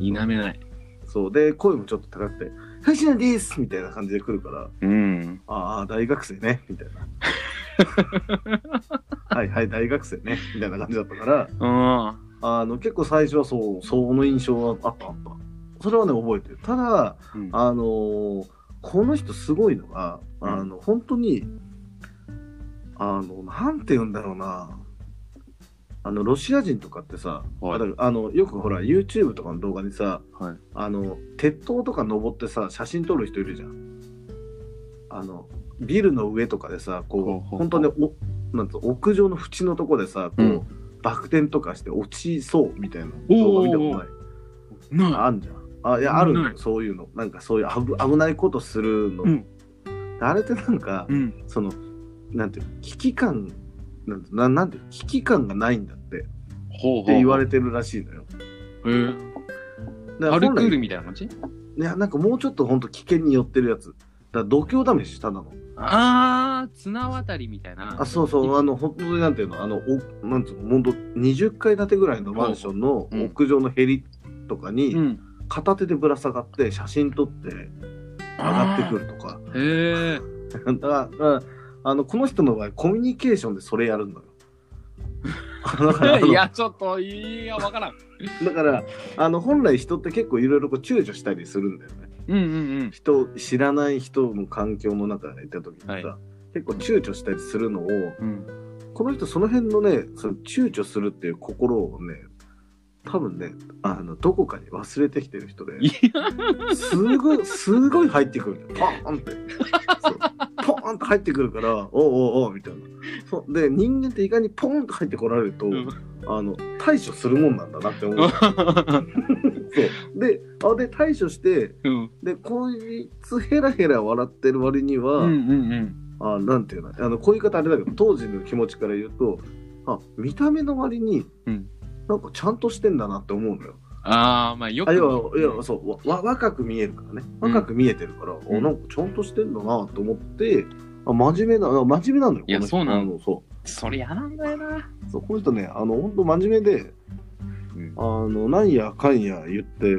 C: 否めない。
A: そうで声もちょっと高くて「はいしなです」みたいな感じで来るから
B: うん。
A: 「ああ大学生ね」みたい
B: <laughs>
A: な「はいはい大学生ね」みたいな感じだったから
C: うん。
A: あの結構最初はそうその印象はあったあったそれはね覚えてるただあのーこの人すごいのが、
B: うん
A: あの本当にあのなんて言うんだろうなあのロシア人とかってさ、
B: はい
A: だからあのよくほら YouTube とかの動画にさ
B: はい。
A: あの鉄塔とか登ってさ写真撮る人いるじゃんあのビルの上とかでさこう
B: ほうほうほう
A: 本当におなんつうの屋上の縁のとこでさこう、
B: うん
A: バク転とかして落ちそうみたいな動画見たことない
B: な
A: あんじゃん。あいやあるの
B: ない
A: よそういうのなんかそういう危危ないことするの、
B: うん
A: あれってなんか、
B: い。うん。
A: そのなんていうの危機感なんてななんていうの危機感がないんだってっ
B: ほうほう。
A: て言われて
B: て。
A: るらしいのよ。
B: え。
A: だ
C: パ
A: から
C: ル
A: 本
C: クール
A: 来
C: みたいな感じ
A: いやなんかもうちょっと本当危険に寄ってるやつだから度胸試ししたなの
C: あー、綱渡りみたいな。
A: あそうそうあの本当になんていうのあのおなんつうの本当20階建てぐらいのマンションの
B: うん
A: 屋上のヘリとか
C: う
A: に
C: ん。
A: 片手でぶら下がって写真撮って上がってくるとか。
C: へえ。
A: だから、うんあのこの人の場合コミュニケーションでそれやるんだよ。 <laughs> だ <laughs> からあの
C: いや、ちょっと、いや、わからん。
A: だからあの本来人って結構いろいろこう躊躇したりするんだよね。
C: うんうん
A: 人知らない人の環境の中でいた時にさ、
C: はい
A: 結構躊躇したりするのを
B: うん。
A: この人その辺のねその躊躇するっていう心をね多分ねあのどこかに忘れてきてる人で
C: い
A: すごいすごい入ってくるんだよポーンってそうポーンと入ってくるからおうおうおうみたいなそうで人間って意外にポーンと入ってこられると、
C: ん
A: あの対処するもんなんだなって思うそうであで対処して
C: うん。うん
A: でこいつヘラヘラ笑ってる割には、
C: うんうん。
A: あなんていうのあのこういう言い方あれだけど当時の気持ちから言うとあ見た目の割に、
B: うん
A: なんかちゃんとしてんだなって思うのよ。
C: あー、まあよく。
A: あ要は要はそうわわ若く見えるからね若く見えてるから、
B: ん
A: おなんかちゃんとしてんだなと思ってあ真面目なあ真面目なのよ
C: いや
A: この人
C: そうなの
A: あのそ
C: それ嫌なんだよな。
A: うそうこの人ねあの本当真面目であのなんやかんや言ってう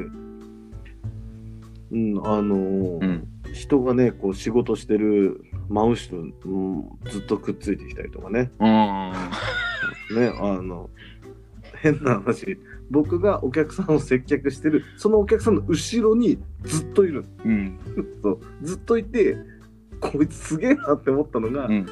A: んあのー
B: うん。
A: 人がねこう仕事してる真後ろに、うん、ずっとくっついてきたりとかね
C: うん。
A: ねあの変な話僕がお客さんを接客してるそのお客さんの後ろにずっといる
B: うん。
A: そうずっといてこいつすげえなって思ったのが、
B: うん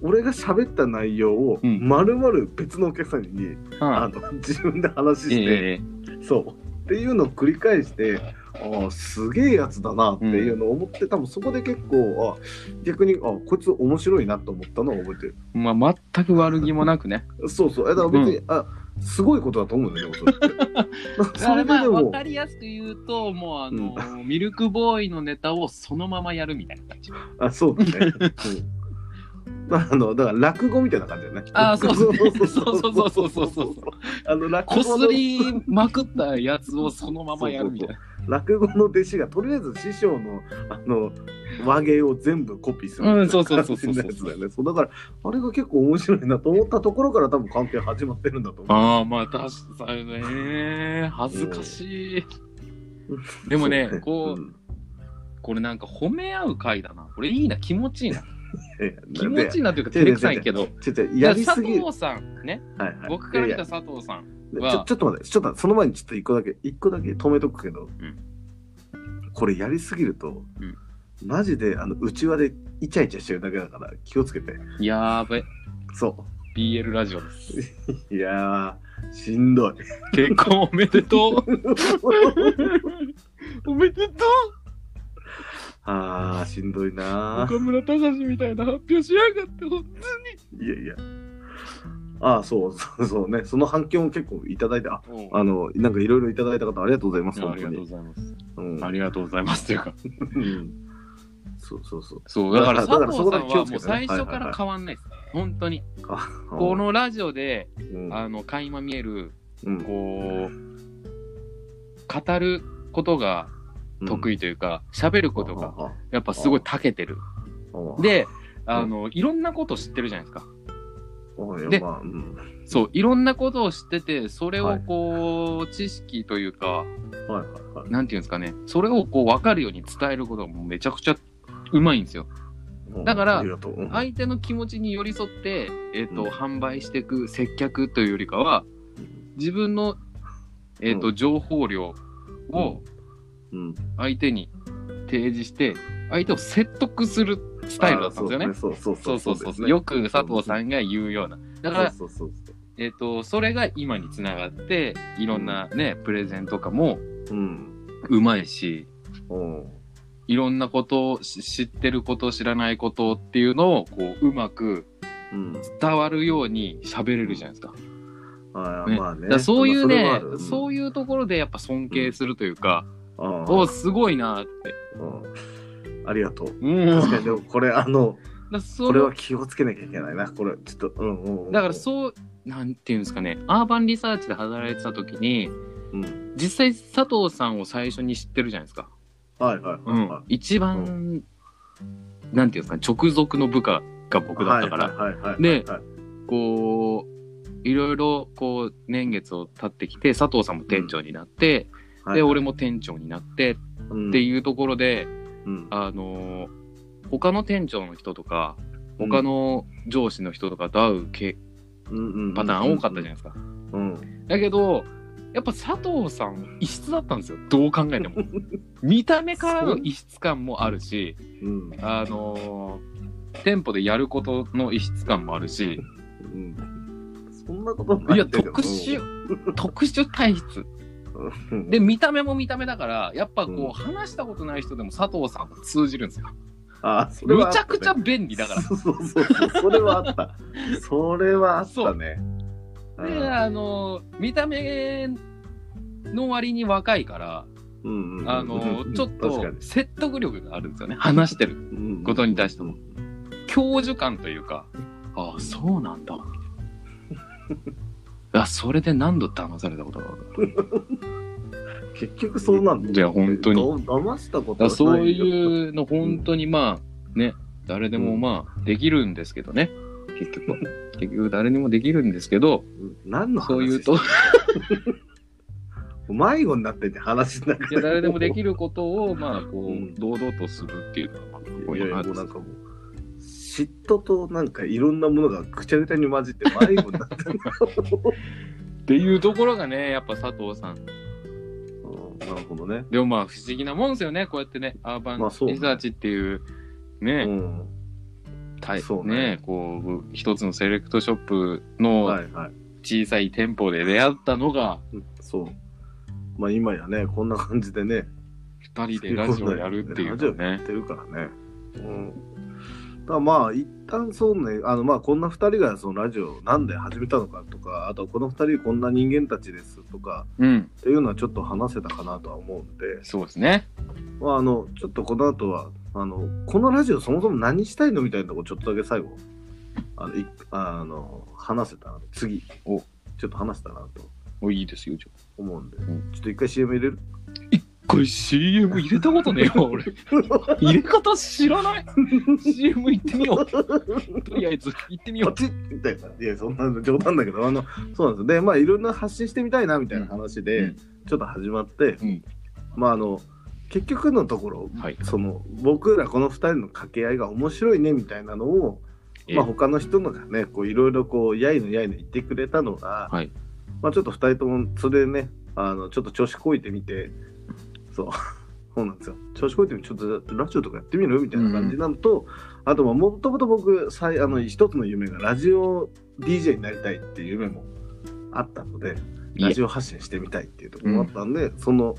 A: 俺が喋った内容を
B: うん
A: まるまる別のお客さんに、あ
C: あ
A: の自分で話し
C: え
A: て、
C: え
A: そうっていうのを繰り返してああすげえやつだなっていうのを思って、多分そこで結構あ逆にあこいつ面白いなと思ったのを覚えてる
B: まあ、全く悪気もなくね。
A: そうそうえだから別に、あすごいことだと思うん
C: <laughs>
A: だよねそれって
C: あれまあ、
A: それ
C: わ
A: で
C: かりやすく言うと、もうあの、ミルクボーイのネタをそのままやるみたいな感じ。
A: あ、そうだね。うん <laughs> まあ、あの、だから落語みたいな感じだね。
C: あそうそう
A: そう
C: そうそうそうそうそう。
A: あの、落
C: こ
A: 語
C: す
A: の、
C: りまくったやつをそのままやるみたいな。
A: 落語の弟子が、とりあえず師匠の、あの、和芸を全部コピーする。
C: うんそうそうそうそう
A: 感じのやつだよね。そう、だから、あれが結構面白いなと思ったところから多分関係始まってるんだと思う。
C: ああ、まあ確かにね。恥ずかしい。でもね
A: そう
C: こう
A: うん
C: これなんか褒め合う回だな。これいいな、気持ちいいな。
A: え
C: 気持ちいいなというか、
A: で
C: 照れくさいけど。
A: ちょっと
C: いや
A: やり
C: 佐
A: すぎる。
C: 藤さん、ね、
A: はいはい
C: 僕から
A: い
C: 見
A: やい
C: た
A: や
C: 佐藤さん。
A: ち
C: は
A: ょちょっと待って、ちょっとその前にちょっと一個だけ、一個だけ止めとくけど、
B: うん
A: これやりすぎると、
B: うん
A: マジであの内輪でイチャイチャしてるだけだから気をつけて。
C: やーべ、
A: そ
C: BL ラジオです。
A: う。いやー、しん
B: <laughs>
A: どい。
C: 結婚おめでとう。
A: <laughs>
C: おめでと。
A: あー、しんどいうな
C: 岡村隆史みたいな発表しやがって、ほん
A: ー。いやいや。ああ、そう、そうそうね。その反響も結構いただいて、あ、
B: うん
A: あの、なんかいろいろいただいた方、ありがとうございます、
B: いやあ
A: 本当
B: りがとうご
A: に。
B: ざいます。
A: うん
B: ありがとうございますというか。
A: うんそうそうそう。
B: そう、だから
A: だから
B: 佐藤さん
A: だからそこだ
B: は
A: け気
B: も
A: を
B: う
A: つけてね
B: 最初から変わんないです。本当に。こ
A: こ、
B: のラジオで、
A: うん
B: あの、垣間見える、
A: うん
B: こう、語ることが得
A: 意
B: 意というか、喋ることが、やっぱすごい長けてる。
A: で、
B: で、あの、いろんなこと知ってるじゃないですか。
A: で、
B: で
A: まあうん
B: そう、いろんなことを知ってて、それをこう、知識というか、
A: はいはいはい
B: なんていうんですかね、それをこう、分かるように伝えることがもうめちゃくちゃうまいんですよ。
A: うん
B: だから
A: ありがとううん
B: 相手の気持ちに寄り添って、えーと
A: うん
B: 販売していく接客というよりかは自分の、えーと
A: う
B: 情報量を
A: うん
B: 相手に提示して相手を説得するスタイルだったんですよね。
A: そうそう
B: そうそうそ
A: で
B: う
A: すね
B: よく佐藤さんが言うような。だから、
A: そうそうそう
B: えー、とそれが今につながっていろんな、ね、プレゼンとかも
A: そう。うん。
B: うまいし
A: うん
B: いろんなことをし知ってること知らないことっていうのをこううまく
A: うん。
B: 伝わるように喋れるじゃないですか。
A: あー
B: ね
A: まあ
B: だ
A: ね
B: から。そういうね、
A: それはある
B: そういうところでやっぱ尊敬するというか、
A: うん
B: おすごいなって。
A: うんありがとう。
B: うん、
A: 確かに、でもこれ、あの、
B: だそ
A: これ
B: れ
A: は気をつけなきゃいけないな。これ、ちょっと、うんうんうん。
B: だからそう、なんていうんですかね、アーバンリサーチで働いてた時に、
A: うん。
B: 実際佐藤さんを最初に知ってるじゃないですか。
A: はいはいはいはい。
B: 一番、
A: う
B: なんていうんですかね、直属の部下が僕だったから、
A: はいはいはいはい、
B: で
A: はい
B: こう、いろいろこう年月を経ってきて佐藤さんも店長になって、
A: はい、
B: で俺も店長になってっていうところで、
A: うん、
B: あのー他の店長の人とか他の上司の人とかと会うけ、パターン多かったじゃ
A: ゃん
B: ないですか。
A: うん。うん
B: だけどやっぱ佐藤さん異質だったんですよどう考
A: <laughs>
B: えても。見た目からの異質感もあるし、
A: うん
B: あのー店舗でやることの異質感もあるし
A: うんそんなことないい
B: や
A: んだけど
B: 特殊。特殊体質
A: うん
B: で見た目も見た目だからやっぱこう、
A: うん
B: 話したことない人でも佐藤さんは通じるんですよ
A: あそれ
B: む
A: はあっ
B: ち
A: た
B: ゃくちゃ便利だから
A: そうそうそうそうそれはあったそれはあったね
B: で、あの見た目の割に若いから、
A: うんうんうん
B: あのちょっ
A: 確
B: と
A: かに
B: 説得力があるんですよね話してる
A: うん
B: ことに対しても教授感というかああそうな
A: <laughs>
B: んだみたいなあそれで何度騙されたことがある
A: 結局そうなんだ
B: いや本当に
A: だ騙したこ
B: だか
A: と
B: ら
A: は
B: そう
A: う
B: いうの本当にまあね誰でもまあできるんですけどね結局は結局誰にもできるんですけど
A: 何の話
B: そういうと
A: 迷子になってて話の中
B: い
A: で
B: や誰でもできることをまあこ
A: うん
B: う堂々とするっていうのがまあかっこ
A: い
B: いい
A: やいや
B: な
A: も
B: と
A: うなんかもう嫉妬となんかいろんなものがぐちゃぐちゃに混じって迷子になってる
B: <laughs> っていうところがねやっぱ佐藤さん
A: うんなるほどね、
B: でもまあ不思議なもんですよねこうやってねアーバン
A: まあそうね
B: リサーチっていう
A: う
B: ね,、
A: ん、
B: たい
A: そうね
B: ねこう一つのセレクトショップ
A: は
B: の
A: いはい
B: 小さい店舗で出会ったのが
A: うんそうまあ今やねこんな感じでね
B: 二人でラジオやるっていうの
A: ラジオや
B: ね
A: ってるからねうんだからまあ一旦そうねあのまあこんな2人がそのラジオなんで始めたのかとかあとこの2人こんな人間たちですとか
B: うん
A: っていうのはちょっと話せたかなとは思うんで、
B: そうですね
A: まあ、あのちょっとこの後はあのこのラジオそもそも何したいのみたいなとこちょっとだけ最後あのいあの話せたら次
B: お
A: ちょっと話せたらなと
B: もういいですよじゃあ
A: 思うんで、
B: ん
A: ちょっと一回 CM 入れる
B: これ CM 入れたことねえよ <laughs> 俺入れ方知ら <laughs> ない CM 行ってみようとりあえず行ってみよ
A: ポ
B: う
A: チッみたいないやそんなの冗談だけどあのそうなんですでまあいろんな発信してみたいなみたいな話で、
B: うん
A: ちょっと始まって、
B: うん
A: まああの結局のところ
B: はい
A: その僕らこの2人の掛け合いが面白いねみたいなのを、
B: ええ
A: まあ、他の人のがねこういろいろこうやいのやいの言ってくれたのが、
B: はい
A: まあ、ちょっと2人ともそれでねあのちょっと調子こいてみてそう <laughs> そうなんですよ調子こいてみてちょっとラジオとかやってみるみたいな感じなのと、あともともと僕さいあの一つの夢がラジオ DJ になりたいっていう夢もあったので
B: いえ
A: ラジオ発信してみたいっていうところもあったんで、その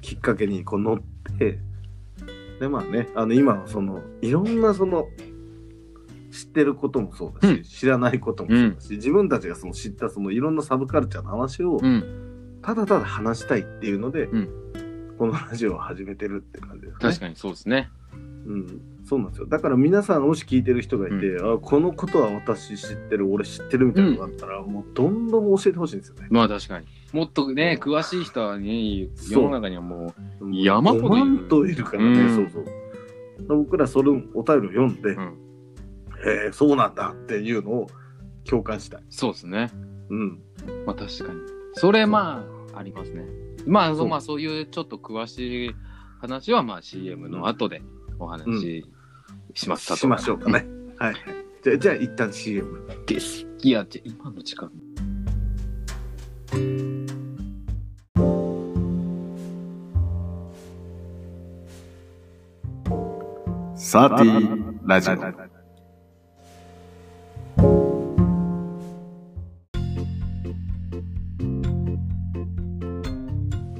A: きっかけにこう乗ってでまあねあの今はそのいろんなその知ってることもそうだし、
B: う
A: 知らないこともそうだし、自分たちがその知ったそのいろんなサブカルチャーの話を
B: うん、
A: ただただ話したいっていうので、
B: う
A: このラジオを始めてるって感じですね。
B: 確かにそうですね。
A: うん、そうなんですよだから皆さんもし聞いてる人がいて、あこのことは私知ってる俺知ってるみたいなのがあったら、もうどんどん教えてほしいんですよね。
B: まあ確かに。もっとね、詳しい人はね、世の中にはも山ほど
A: 5
B: いる
A: 万といるからね、
B: うん
A: そうそう。僕らそれをお便りを読んで、
B: う、うん、
A: えーそうなんだっていうのを共感したい。
B: そうですね。
A: うん。
B: まあ確かに。それまあ、ありますね。まあ、
A: そ
B: そううまあ、そういうちょっと詳しい話は、まあ CM の後でお話しますかと。
A: しましょうかね。はいはい。じゃあ、じゃあ一旦 CM。
B: です。いや、じゃ今の時間。
A: サー
D: ティーラジオ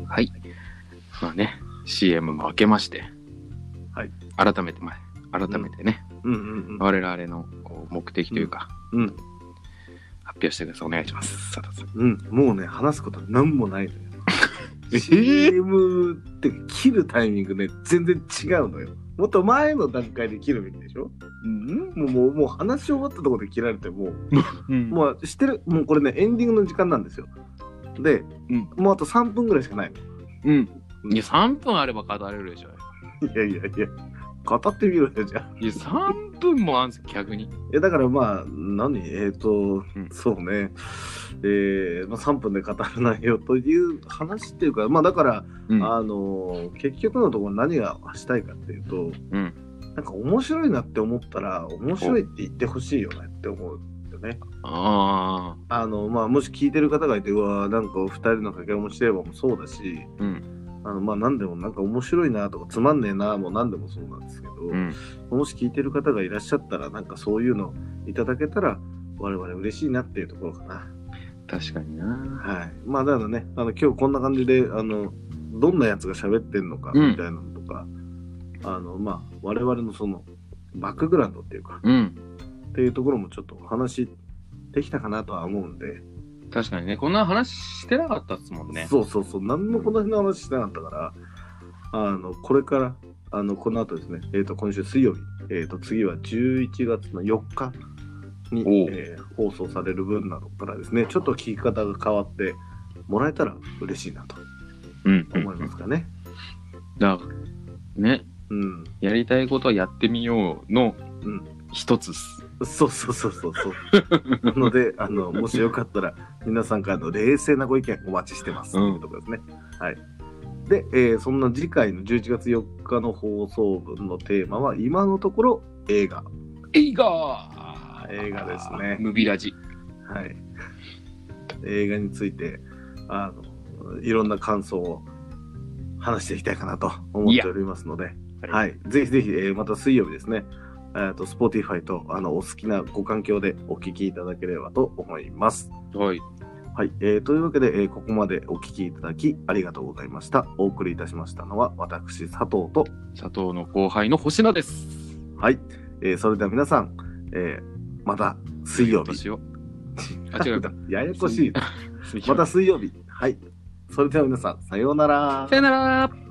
B: はい。まあね、CM も明けまして、
A: はい、
B: 改めて、まあ、改めてね、
A: うんうんうん。
B: 我々のこう目的というか、
A: うん。
B: 発表してください。お願いします。佐藤さん。
A: うん。もうね、話すことなんもないのよ。
B: えー
A: CM って切るタイミングね、全然違うのよ。もっと前の段階で切るべきでしょもうもうもう話し終わったところで切られても
B: うん
A: もうしてるもうこれねエンディングの時間なんですよで、
B: うん
A: もうあと3分ぐらいしかないの
B: うん。いや、3分あれば語れるでしょ。
A: いやいやいや語ってみろよじゃあ
B: いや、3分もあんすよ、逆に。
A: いやだからまあ何えっ、と、
B: ん
A: そうねえーまあ、3分で語らないよという話っていうかまあだから、
B: うん
A: あのー結局のところ何がしたいかっていうと
B: うん。
A: なんか面白いなって思ったら面白いって言ってほしいよねって思うんだよね
B: ああ。
A: あのまあ、もし聞いてる方がいてうわーなんかお二人の掛け持ちればもそうだし
B: うん。
A: あのまあ何でもなんか面白いなとかつまんねえなもう何でもそうなんですけど、
B: うん。
A: もし聞いてる方がいらっしゃったらなんかそういうのいただけたら我々嬉しいなっていうところかな
B: 確かにな。
A: はいまあだからねあの今日こんな感じであのどんなやつが喋ってんのか
B: うん
A: みたいなのとか、あのまあ我々のそのバックグラウンドっていうか
B: うん。
A: っていうところもちょっとお話できたかなとは思うんで
B: 確かにね。こんな話してなかったっすもんね。
A: そうそうそう、何もこの辺の話してなかったから、あのこれから、あのこの後ですね、えー、と今週水曜日、えー、と次は11月の4日に
B: おう、
A: えー放送される分などからですね、ちょっと聞き方が変わってもらえたら嬉しいなと
B: うん。
A: 思いますかね。
B: だね、
A: うん、
B: やりたいことはやってみようの
A: うん
B: 一つっす。
A: そうそうそうそうそう。なの
B: <laughs>
A: であの、もしよかったら、皆さんからの冷静なご意見お待ちしてます。と
B: うん
A: いうところですね。はい。で、えーそんな次回の11月4日の放送分のテーマは、今のところ映画。
B: 映画
A: 映画ですね
B: ムビラジ。
A: はい。映画について、あの、いろんな感想を話していきたいかなと思っておりますので、はい。ぜひぜひ、えーまた水曜日ですね。えーと、Spotify と、あの、お好きなご環境でお聞きいただければと思います。
B: はい。
A: はい、えーというわけで、えーここまでお聞きいただきありがとうございました。お送りいたしましたのは私佐藤と、
B: 佐藤の後輩の星野です。
A: はい、えーそれでは皆さん、えーまた水曜日。
B: 私を。 <laughs> あ、違うか。
A: ややこしい。
B: <laughs> すい
A: ま
B: ま
A: た水曜日。はい。それでは皆さん、さようなら
B: せ。よなら